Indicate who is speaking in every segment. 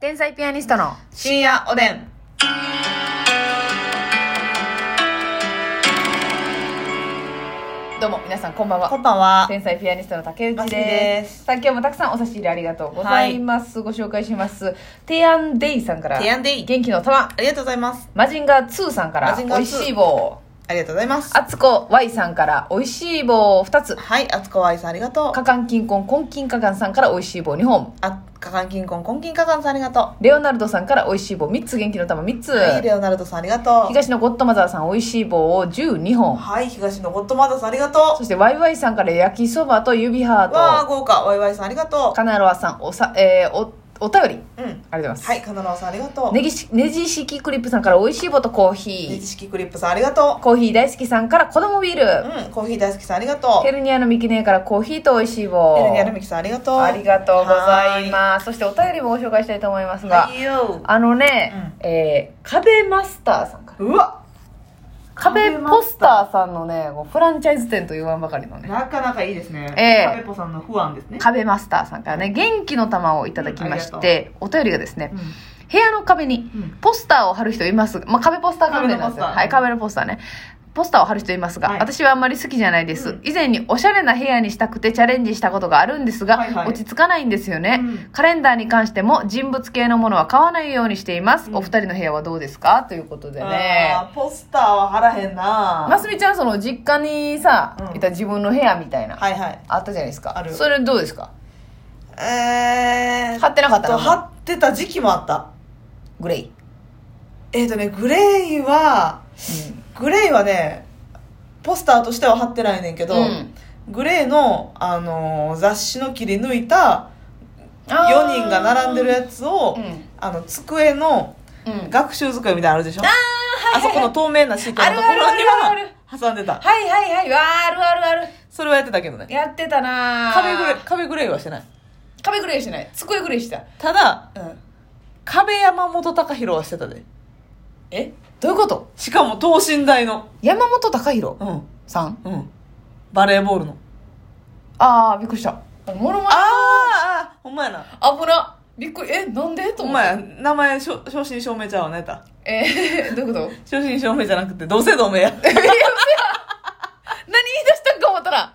Speaker 1: 天才ピアニストの
Speaker 2: 深夜おでん。
Speaker 1: どうも皆さんこんばん
Speaker 2: こ
Speaker 1: は
Speaker 2: んばんは。
Speaker 1: 天才ピアニストの竹内
Speaker 2: マスミ
Speaker 1: で
Speaker 2: ですす
Speaker 1: さあ今日もたくさんお差し入れありがとうございます、ご紹介しますテアンデイさんから
Speaker 2: 提案でいい。
Speaker 1: 元気の玉
Speaker 2: ありがとうございます。
Speaker 1: マジンガー2さんから
Speaker 2: マジンガー
Speaker 1: おいしい棒
Speaker 2: ありがとうございます。
Speaker 1: あつこ Y さんからおいしい棒2つ
Speaker 2: はい、あつこわいさんありがと
Speaker 1: か
Speaker 2: う。
Speaker 1: かんきんこんこんきんかかんさんからおいしい棒2本
Speaker 2: あ、かかんきんこん、こんきんかかんさんありがと
Speaker 1: レオナルドさんからおいしい棒3つ元気の玉3つ、
Speaker 2: う。はい、レオナルドさんありがとう。
Speaker 1: 東のゴッドマザーさんおいしい棒を12本
Speaker 2: はい、東のゴッドマザーさんありがと
Speaker 1: そしてワイワイさんから焼きそばと指ハ
Speaker 2: う。わあ、
Speaker 1: ー
Speaker 2: 豪華。わいわいさんありが
Speaker 1: ト
Speaker 2: と
Speaker 1: カナロアさんおさ、えーおお便り
Speaker 2: う。う
Speaker 1: あり
Speaker 2: ん。
Speaker 1: がとうございます、
Speaker 2: はい、カナロアさんありがとう。
Speaker 1: ネギしネジ式クリップさんから美味しい棒とコーヒ
Speaker 2: ね
Speaker 1: ー
Speaker 2: ちきクリップさんありがと
Speaker 1: コーヒー大好きさんから子供ビー
Speaker 2: う。
Speaker 1: ル
Speaker 2: うん、コーヒー大好きさんありがとう。
Speaker 1: ヘルニアのミキネからコーヒーと美味しい棒
Speaker 2: ヘルニアルミキさんありがとう。
Speaker 1: ありがとうございますそしてお便りもご紹介したいと思いますが、
Speaker 2: はーい。はいよ
Speaker 1: あのね、えー壁マスターさんから
Speaker 2: うわ
Speaker 1: 壁ポスターさんのねこうフランチャイズ店と言わんばかりのね
Speaker 2: なかなかいいですね。
Speaker 1: ええ
Speaker 2: カベポさんの不安ですね。
Speaker 1: 壁マスターさんからね元気の玉をいただきまして、お便りがですね
Speaker 2: うん
Speaker 1: 部屋の壁に
Speaker 2: うん
Speaker 1: ポスターを貼る人いますが、まあ、壁ポスター関連なんですよ
Speaker 2: 壁のポスター
Speaker 1: はい壁のポスターねポスターを貼る人いますが、
Speaker 2: はい
Speaker 1: 私はあんまり好きじゃないです、
Speaker 2: うん
Speaker 1: 以前におしゃれな部屋にしたくてチャレンジしたことがあるんですが、
Speaker 2: はいはい
Speaker 1: 落ち着かないんですよね、
Speaker 2: うん
Speaker 1: カレンダーに関しても人物系のものは買わないようにしています、
Speaker 2: うん
Speaker 1: お二人の部屋はどうですかということでね
Speaker 2: あーポスターは貼らへんな
Speaker 1: ますみちゃんその実家にさ、
Speaker 2: うん
Speaker 1: いた自分の部屋みたいな、
Speaker 2: はいはい
Speaker 1: あったじゃないですか
Speaker 2: ある
Speaker 1: それどうですか
Speaker 2: えー
Speaker 1: 貼ってなかった
Speaker 2: と
Speaker 1: な
Speaker 2: 貼ってた時期もあった
Speaker 1: グレイ、
Speaker 2: えっ、とねグレイはグレイはねポスターとしては貼ってないねんけど、
Speaker 1: うん
Speaker 2: グレイの、あのー雑誌の切り抜いた
Speaker 1: あー
Speaker 2: 4人が並んでるやつを、
Speaker 1: うん
Speaker 2: あの机の
Speaker 1: うん
Speaker 2: 学習机みたいなのあるでしょあ,、
Speaker 1: はいはい
Speaker 2: そこの透明なシートのところ
Speaker 1: あ
Speaker 2: に
Speaker 1: るあるある
Speaker 2: は挟んでた
Speaker 1: はいはいはいわーあるあるある
Speaker 2: それはやってたけどね
Speaker 1: やってたなー
Speaker 2: 壁グレイ壁グレイはしてない
Speaker 1: 壁グレーしてない机グレーした
Speaker 2: ただ
Speaker 1: うん
Speaker 2: 壁山本隆弘はしてたで
Speaker 1: えどういうこと
Speaker 2: しかも等身大の
Speaker 1: 山本隆弘
Speaker 2: うん
Speaker 1: さん
Speaker 2: うんバレーボールの
Speaker 1: ああびっくりしたモノマネ
Speaker 2: あーあーほんまやな
Speaker 1: 危なびっくりえなんでと
Speaker 2: ほん
Speaker 1: 思
Speaker 2: ま
Speaker 1: って
Speaker 2: や名前しょ正真正銘ちゃうわねた
Speaker 1: えー、 どういうこと
Speaker 2: 正真正銘じゃなくて同姓同名や
Speaker 1: 何言い出したんか思ったらわ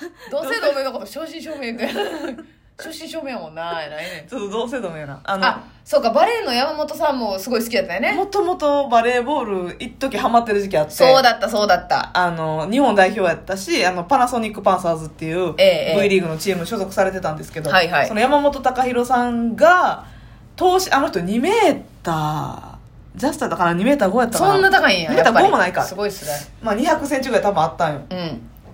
Speaker 1: ー同姓同名のこと正真正銘って 正真正銘やもんなないね
Speaker 2: ちょっと同姓同名やなあの
Speaker 1: あそうかバレエの山本さんもすごい好きだったよね
Speaker 2: もともとバレーボール一時ハマってる時期あって
Speaker 1: そうだったそうだった
Speaker 2: あの日本代表やったしあのパナソニックパンサーズっていう
Speaker 1: ええ
Speaker 2: V リーグのチーム所属されてたんですけど、
Speaker 1: はいはい
Speaker 2: その山本隆弘さんが投資あの人2メータージャスターだから2メーター5やったかな
Speaker 1: そんな高いんや
Speaker 2: 見た
Speaker 1: やっぱり
Speaker 2: 5もないか
Speaker 1: すごいっすね
Speaker 2: まあ、200センチぐらい多分あったんよ
Speaker 1: う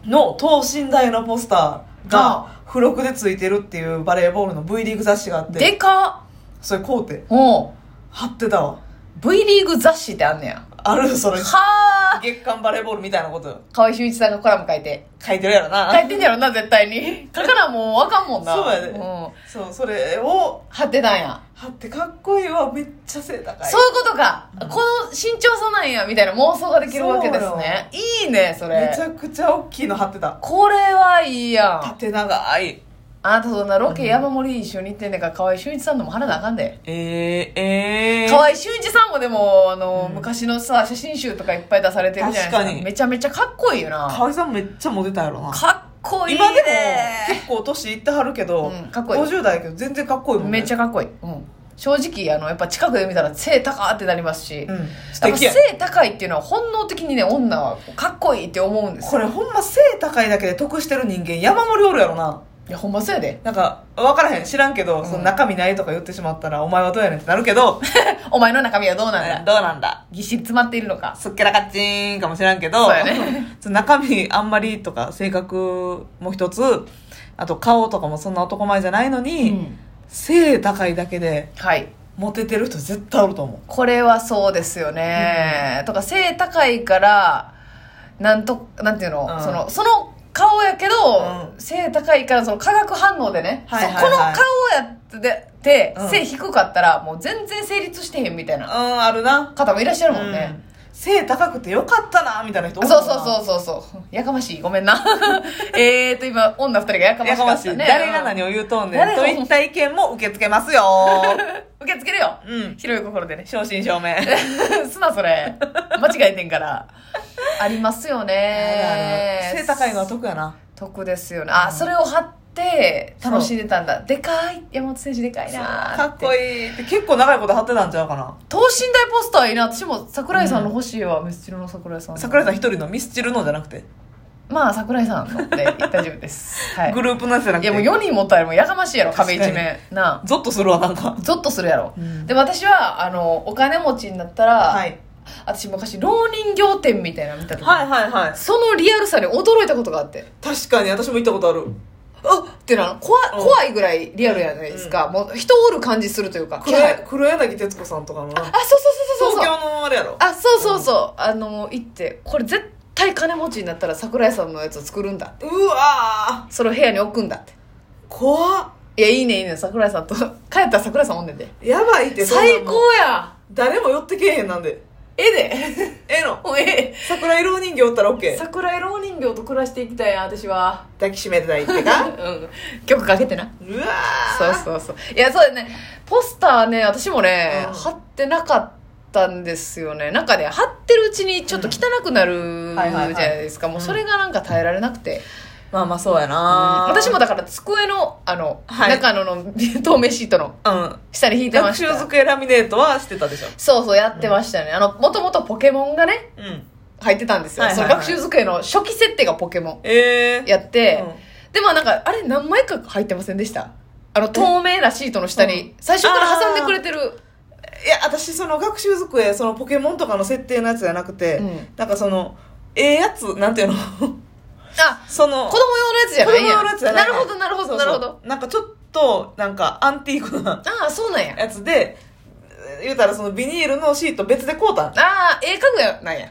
Speaker 1: ん
Speaker 2: の等身大のポスター
Speaker 1: あ
Speaker 2: が付録で付いてるっていうバレーボールの V リーグ雑誌があって
Speaker 1: でかっ
Speaker 2: それ買うて
Speaker 1: おう
Speaker 2: 貼ってたわ
Speaker 1: V リーグ雑誌ってあんねや
Speaker 2: あるそれ
Speaker 1: はあ
Speaker 2: 月刊バレーボールみたいなこと
Speaker 1: 河合修一さんがコラム書いて
Speaker 2: 書いてるやろ
Speaker 1: 書
Speaker 2: ない
Speaker 1: てんやろな絶対にだからもうあかんもんな
Speaker 2: そうやで
Speaker 1: ん、
Speaker 2: そうそれを
Speaker 1: 貼ってたんや
Speaker 2: 貼ってかっこいいわめっちゃ背高い
Speaker 1: そういうことか、この身長差なんやみたいな妄想ができるわけですねいいねそれ
Speaker 2: めちゃくちゃ大きいの貼ってた
Speaker 1: これはいいやん
Speaker 2: 縦長い
Speaker 1: あなたそんなロケ山盛り一緒に行ってんねんから河合修一さんのも貼らなあかんで
Speaker 2: えー、えー、
Speaker 1: 河合修一さんもでもあの、
Speaker 2: うん
Speaker 1: 昔のさ写真集とかいっぱい出されてるじゃないですか
Speaker 2: 確かに
Speaker 1: めちゃめちゃかっこいいよな
Speaker 2: 河合さんめっちゃモテたやろな
Speaker 1: かっこいいね
Speaker 2: 今でも結構年いってはるけど、
Speaker 1: うんかっこいい
Speaker 2: 50代やけど全然かっこいいもんね
Speaker 1: めっちゃかっこいい、うん、正直あのやっぱ近くで見たら背高ってなりますし、
Speaker 2: う
Speaker 1: やっ
Speaker 2: ん素
Speaker 1: ぱ
Speaker 2: 敵や
Speaker 1: 背高いっていうのは本能的にね女はこうかっこいいって思うんです
Speaker 2: こ
Speaker 1: よ
Speaker 2: れほんま背高いだけで得してる人間山盛りおるやろない
Speaker 1: やほんまそうやで
Speaker 2: なんか分からへん知らんけど、
Speaker 1: ん
Speaker 2: その中身ないとか言ってしまったらお前はどうやねんってなる けど
Speaker 1: お前の中身はどうなんだ、
Speaker 2: どうなんだ
Speaker 1: ぎっしり詰まっているのか
Speaker 2: すっけらかっちーんかもしらんけど
Speaker 1: そうやね
Speaker 2: その中身あんまりとか性格も一つあと顔とかもそんな男前じゃないのに、
Speaker 1: うん
Speaker 2: 背高いだけで
Speaker 1: はい
Speaker 2: モテてる人絶対おると思
Speaker 1: これはそうですよね、とか背高いからなんとなんていうの、
Speaker 2: うん
Speaker 1: そのその顔やけど、
Speaker 2: うん
Speaker 1: 背高いからその化学反応でね、
Speaker 2: はいはいはい
Speaker 1: そうこの顔やってで、
Speaker 2: うん
Speaker 1: 背低かったらもう全然成立してへんみたいな
Speaker 2: ううんあるな
Speaker 1: 方もいらっしゃるもんね、
Speaker 2: うん背高くてよかったなみたいな人多い
Speaker 1: そうそうそうそうそうやかましいごめん なえーと今女二人がやかま
Speaker 2: や
Speaker 1: し
Speaker 2: か
Speaker 1: か
Speaker 2: ま
Speaker 1: っ
Speaker 2: したい
Speaker 1: ね
Speaker 2: 誰が何を言うとんねん
Speaker 1: 誰
Speaker 2: と
Speaker 1: が
Speaker 2: いった意見も受け付けま すよ
Speaker 1: 受け付けるよ
Speaker 2: うん
Speaker 1: 広い心でね
Speaker 2: 正真正銘
Speaker 1: すなそれ間違えてんからあります よね
Speaker 2: 背高いのは得やな
Speaker 1: 得ですよねあ、それを張って楽しんでたんだでかい山本選手でかいな
Speaker 2: かっこ
Speaker 1: い
Speaker 2: いいって結構長いこと貼ってたんちゃうかな
Speaker 1: 等身大ポスターいいな私も桜井さんの欲しいわ、ミスチルの桜井さんの
Speaker 2: 桜井さん一人のミスチルのじゃなくて、
Speaker 1: まあ桜井さんので大丈夫 です、はい、
Speaker 2: グループのやつじゃないくて
Speaker 1: やもう4人持ったらもうやかましいやろ壁一
Speaker 2: 確か
Speaker 1: 面なあ
Speaker 2: ゾッとするわなんか
Speaker 1: ゾッとするやろ、
Speaker 2: うん
Speaker 1: でも私はあのお金持ちになったら、
Speaker 2: はい
Speaker 1: 私昔浪人仰天みたいなの見た時、
Speaker 2: はいはいはい
Speaker 1: そのリアルさに驚いたことがあって
Speaker 2: 確かに私も行ったことある
Speaker 1: あっってなの怖い
Speaker 2: うん
Speaker 1: 怖いぐらいリアルじゃないですか、もう人おる感じするというか気
Speaker 2: 黒
Speaker 1: 配
Speaker 2: や黒柳徹子さんとかのな
Speaker 1: あそうそうそうそうそう
Speaker 2: 東京のあれやろ
Speaker 1: あそうそうそう、あの行ってこれ絶対金持ちになったら桜井さんのやつを作るんだ
Speaker 2: うわー
Speaker 1: それを部屋に置くんだって
Speaker 2: 怖っ
Speaker 1: いやいいねいいね桜井さんと 帰ったら桜井さんおんねんで
Speaker 2: やばいってそんなん
Speaker 1: 最
Speaker 2: も
Speaker 1: 高
Speaker 2: う
Speaker 1: や
Speaker 2: 誰も寄ってけえへんなんで
Speaker 1: え で
Speaker 2: ええの
Speaker 1: もうえ
Speaker 2: 桜色人形おったら OK
Speaker 1: 桜井老人形と暮らしていきたいな私は
Speaker 2: 抱きしめてたいって
Speaker 1: う
Speaker 2: か
Speaker 1: ん曲かけてな
Speaker 2: うわ
Speaker 1: そう
Speaker 2: ー
Speaker 1: そうそういやそうだねポスターね私もね、
Speaker 2: うん
Speaker 1: 貼ってなかったんですよねなんかね貼ってるうちにちょっと汚くなるじ
Speaker 2: はい
Speaker 1: ゃ
Speaker 2: は
Speaker 1: な
Speaker 2: いはい
Speaker 1: いですかもうそれがなんか耐えられなくて、
Speaker 2: まあまあそうやな
Speaker 1: 私もだから机のあの、
Speaker 2: はい
Speaker 1: 中野の 透明シートの
Speaker 2: うん
Speaker 1: 下に引いてま
Speaker 2: 学
Speaker 1: し
Speaker 2: 習
Speaker 1: た
Speaker 2: 机ラミネートはしてたでしょ
Speaker 1: そうそうやってましたね、あのもともとポケモンがね
Speaker 2: うん
Speaker 1: 入ってたんですよ、
Speaker 2: はいはいはい
Speaker 1: その学習机の初期設定がポケモン
Speaker 2: ええ
Speaker 1: やって、
Speaker 2: うん
Speaker 1: でもなんかあれ何枚か入ってませんでしたあの透明なシートの下
Speaker 2: うん
Speaker 1: に最初から挟んでくれてる
Speaker 2: いや私その学習机そのポケモンとかの設定のやつじゃなくて、
Speaker 1: うん
Speaker 2: なんかそのええやつなんていうの
Speaker 1: あ
Speaker 2: その
Speaker 1: 子供用のやつじゃないんや
Speaker 2: 子供用のやつじゃない
Speaker 1: るほどなるほ
Speaker 2: そ
Speaker 1: ど
Speaker 2: うそ
Speaker 1: な
Speaker 2: う
Speaker 1: るほど
Speaker 2: なんかちょっとなんかアンティークな
Speaker 1: ああそうなんや
Speaker 2: やつで言うたらそのビニールのシート別で買うたん
Speaker 1: ああええ家具やなん や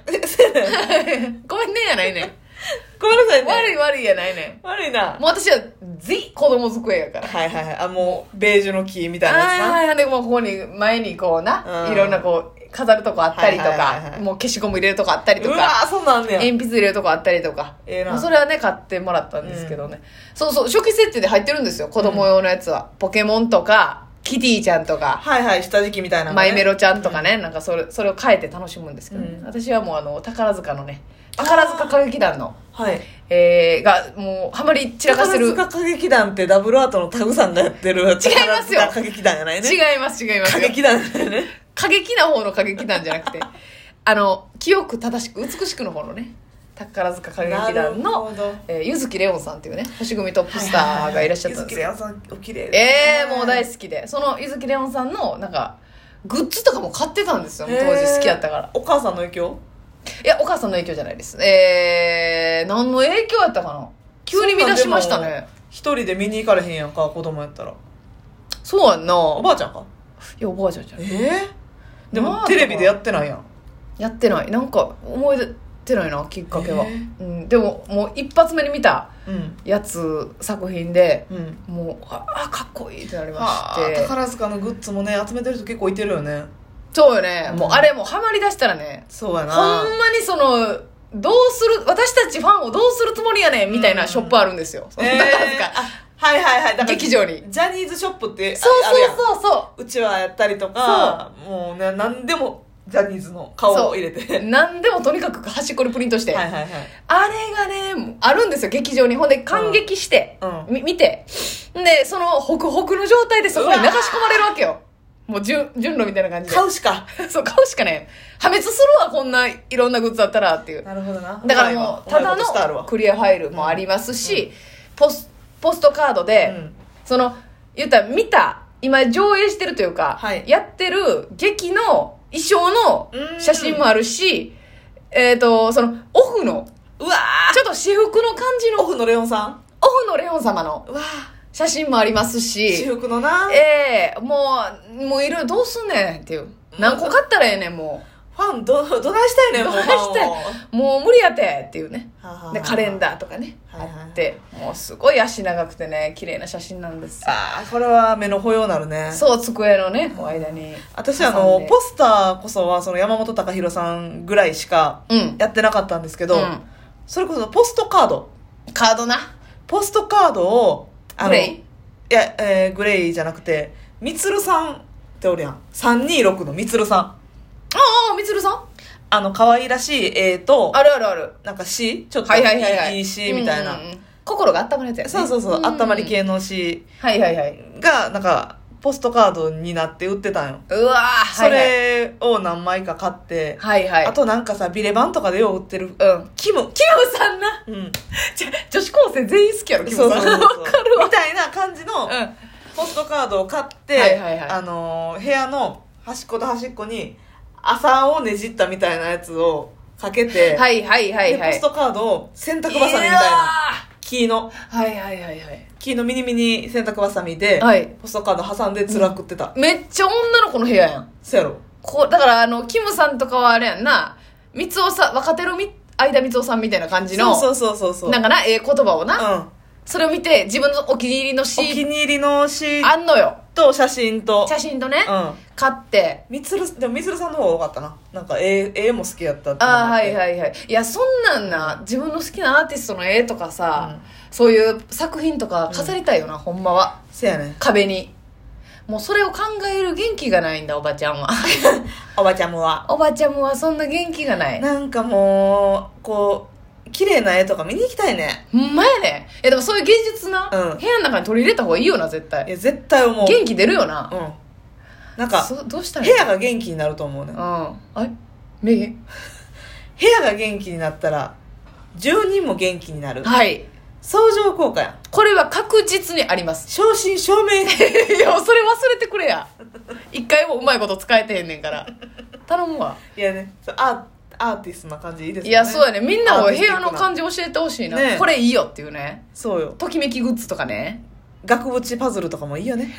Speaker 2: ご
Speaker 1: ごめんねやないねん
Speaker 2: めんなさいね
Speaker 1: 悪い悪いやないね
Speaker 2: 悪い
Speaker 1: ん
Speaker 2: な
Speaker 1: もう私はぜ子供机やから
Speaker 2: はいはいはいあもうベージュの木みたいな
Speaker 1: はい
Speaker 2: や
Speaker 1: はいはいでもうここに前にこうな、
Speaker 2: うん
Speaker 1: いろんなこう飾るとこあったりとか、
Speaker 2: はいはいはいはい
Speaker 1: もう消しゴム入れるとこあったり
Speaker 2: つな
Speaker 1: と
Speaker 2: うわ
Speaker 1: か
Speaker 2: ーそんなんあんねや
Speaker 1: 鉛筆入れるとこあったりとか、
Speaker 2: ええな
Speaker 1: まあそれはね買ってもらったんですけどね、そうそう初期設定で入ってるんですよ子供用のやつは、ポケモンとかキティちゃんとか
Speaker 2: はいはい下敷きみたいなのね
Speaker 1: マイメロちゃんとかね、なんかそれそれを変えて楽しむんですけどね、
Speaker 2: うん
Speaker 1: 私はもうあの宝塚のね宝塚歌劇団の、
Speaker 2: はい
Speaker 1: えー、がもうハマり散らかしてる違い
Speaker 2: 宝塚歌劇団ってダブルアートのタグさんがやってる違い
Speaker 1: すよ
Speaker 2: 歌劇団じゃないね
Speaker 1: ます 違います
Speaker 2: 歌劇団じゃないね
Speaker 1: 過激な方の過激なんじゃなくて あの清く正しく美しくの方のね宝塚歌劇団の、
Speaker 2: ど
Speaker 1: えー、柚木レオンさんっていうね星組トップスターがいらっしゃったんですよ、
Speaker 2: よ。柚木レオンさん、お綺麗
Speaker 1: ええー、もう大
Speaker 2: 好
Speaker 1: 好きでその柚木レオンさんのなんかグッズとかも買ってたんですよ当時好きやったから。
Speaker 2: お母さんの影響
Speaker 1: いやお母さんの影響じゃないですえー、何の影響やったかな急に乱しました
Speaker 2: そんなん
Speaker 1: ね
Speaker 2: でも一人で見に行かれへんやんか、子供やったら。
Speaker 1: そうやんな
Speaker 2: おばあちゃんか。
Speaker 1: いやおばあちゃんじゃない
Speaker 2: ええで
Speaker 1: ま
Speaker 2: も
Speaker 1: あ
Speaker 2: テレビでやってないやん。
Speaker 1: やってないなんか思い出てないなきっかけは、
Speaker 2: えー
Speaker 1: うん、でももう一発目に見た
Speaker 2: うん。
Speaker 1: やつ作品で
Speaker 2: うん。
Speaker 1: もうああかっこいいってなりま
Speaker 2: あ
Speaker 1: し
Speaker 2: ー
Speaker 1: て
Speaker 2: 宝塚のグッズもね、集めてる人結構いてるよね。
Speaker 1: そうよね、
Speaker 2: うん
Speaker 1: もうあれもうハマりだしたらね
Speaker 2: そうや
Speaker 1: ほ
Speaker 2: な。
Speaker 1: んまにそのどうする私たちファンをどうするつもりやねんみたいなショップあるんですよ、その
Speaker 2: えー
Speaker 1: 宝塚
Speaker 2: あはいはいはい。だから
Speaker 1: 劇場に
Speaker 2: ジャニーズショップってあ
Speaker 1: そう
Speaker 2: あるやん。
Speaker 1: そうそう そう
Speaker 2: うちわやったりとか、もうね、何でもジャニーズの顔を入れて。はい
Speaker 1: 何でもとにかく端っこにプリントして、
Speaker 2: はいはい。
Speaker 1: あれがねあるんですよ劇場にほんで感激して、
Speaker 2: うん
Speaker 1: み見てでそのホクホクの状態でそこに流し込まれるわけよもう順順路みたいな感じ
Speaker 2: 買うしか。
Speaker 1: で そう買うしかね破滅するわこんないろんなグッズあったらっていう
Speaker 2: なるほどな
Speaker 1: だからもうただのクリアファイル
Speaker 2: う
Speaker 1: も
Speaker 2: ん
Speaker 1: ありますし、ポスポストカードで、
Speaker 2: うん
Speaker 1: その言ったら見た今上映してるというか、
Speaker 2: はい
Speaker 1: やってる劇の衣装の
Speaker 2: うん
Speaker 1: 写真もあるし、えっ、とそのオフの
Speaker 2: うわ
Speaker 1: ちょっと私服の感じの
Speaker 2: オフのレオンさん
Speaker 1: オフのレオン様の
Speaker 2: うわ
Speaker 1: 写真もあります
Speaker 2: 私
Speaker 1: し
Speaker 2: 服のな
Speaker 1: ええもうもういろいろどうすんねんっていう何個買ったらええねんもう
Speaker 2: ファンどどないしたいねんもうファン
Speaker 1: どないし
Speaker 2: を
Speaker 1: たいもう無理やてっていうね
Speaker 2: はあはあはあ
Speaker 1: でカレンダーとかね
Speaker 2: はいはいはい
Speaker 1: あってもうすごい足長くてね綺麗な写真なんですよ
Speaker 2: ああこれは目の保養なるね
Speaker 1: そう机のねこう間に
Speaker 2: 私あ
Speaker 1: 挟ん
Speaker 2: の
Speaker 1: で
Speaker 2: ポスターこそはその山本貴弘さんぐらいしか
Speaker 1: うん
Speaker 2: やってなかったんですけど、
Speaker 1: うん
Speaker 2: それこそポストカード
Speaker 1: カードな
Speaker 2: ポストカードをあの
Speaker 1: グレイ
Speaker 2: いや、えーグレイじゃなくてみつるさんっておるやん326のみつるさん
Speaker 1: ああみつるさん
Speaker 2: あの可愛らしい絵と
Speaker 1: あるあるある
Speaker 2: なんか詩ちょっと
Speaker 1: はいはいはいはいい
Speaker 2: い詩みたい
Speaker 1: う
Speaker 2: な、
Speaker 1: んうんうん心が温まるやつやね
Speaker 2: そうそうそう、
Speaker 1: ん
Speaker 2: 温まり系の詩
Speaker 1: はいはいはい
Speaker 2: がなんかポストカードになって売ってたんよ
Speaker 1: うわー
Speaker 2: そ
Speaker 1: はいはい
Speaker 2: れを何枚か買って、
Speaker 1: はいはい
Speaker 2: あとなんかさビレ版とかでよう売ってる
Speaker 1: うん
Speaker 2: キム
Speaker 1: キムさんな
Speaker 2: うん
Speaker 1: じゃ女子高生全員好きやろキム
Speaker 2: そ
Speaker 1: さ
Speaker 2: うんそうそう
Speaker 1: わかるわ
Speaker 2: みたいな感じの
Speaker 1: うん
Speaker 2: ポストカードを買って、
Speaker 1: はいはいはい
Speaker 2: あのー部屋の端っこと端っこに朝をねじったみたいなやつをかけて、
Speaker 1: はいはいはいはい
Speaker 2: でポストカードを洗濯ばさみみたい
Speaker 1: や
Speaker 2: な木の
Speaker 1: ーはいはいはいはい
Speaker 2: 木のミニミニ洗濯ばさみで、
Speaker 1: はい
Speaker 2: ポストカード挟んでつらくってた、
Speaker 1: めっちゃ女の子の部屋やん
Speaker 2: そやろ
Speaker 1: こうだからあのキムさんとかはあれやんな三つおさん若手のみ相田光夫さんみたいな感じの
Speaker 2: そうそうそうそうそう
Speaker 1: なんかなええ言葉をな、
Speaker 2: うん
Speaker 1: それを見て自分のお気に入りの
Speaker 2: お気
Speaker 1: シーン
Speaker 2: に入りのシー
Speaker 1: あんのよ
Speaker 2: と写真と
Speaker 1: 写真とね、
Speaker 2: うん
Speaker 1: 買って
Speaker 2: みつるでもみつるさんの方が多かったななんか絵絵も好きやったって
Speaker 1: ああはい
Speaker 2: い
Speaker 1: はいはいいやそんなんな自分の好きなアーティストの絵とかさ、
Speaker 2: うん
Speaker 1: そういう作品とか飾りたいよな、ほんまは
Speaker 2: せやね
Speaker 1: 壁にもうそれを考える元気がないんだおばちゃんは
Speaker 2: おばちゃんもは
Speaker 1: おばちゃんはそんな元気がない
Speaker 2: なんかもうこう綺麗な絵とか見に行きたいね
Speaker 1: ほんまやねいやでもそういう芸術な、
Speaker 2: うん
Speaker 1: 部屋の中に取り入れた方がいいよな絶
Speaker 2: い
Speaker 1: 対
Speaker 2: や絶対思う
Speaker 1: 元気出るよな、
Speaker 2: うんなんか
Speaker 1: そどうした
Speaker 2: 部
Speaker 1: らいい
Speaker 2: 屋が元気になると思うね
Speaker 1: うんあれ名言
Speaker 2: 部屋が元気になったら住人も元気になる
Speaker 1: はい
Speaker 2: 相乗効果や
Speaker 1: これは確実にあります
Speaker 2: 正真正銘
Speaker 1: いやそれ忘れてくれや一回もうまいこと使えてへんねんから頼むわ
Speaker 2: いやねそうアーアーティストな感じいいですよね
Speaker 1: いやそうやねみんなも部屋の
Speaker 2: じ
Speaker 1: 感じ教えてほしいな、
Speaker 2: ね
Speaker 1: これいいよっていうね
Speaker 2: そうよ
Speaker 1: ときめきグッズとかね
Speaker 2: 額縁パズルとかもいいよね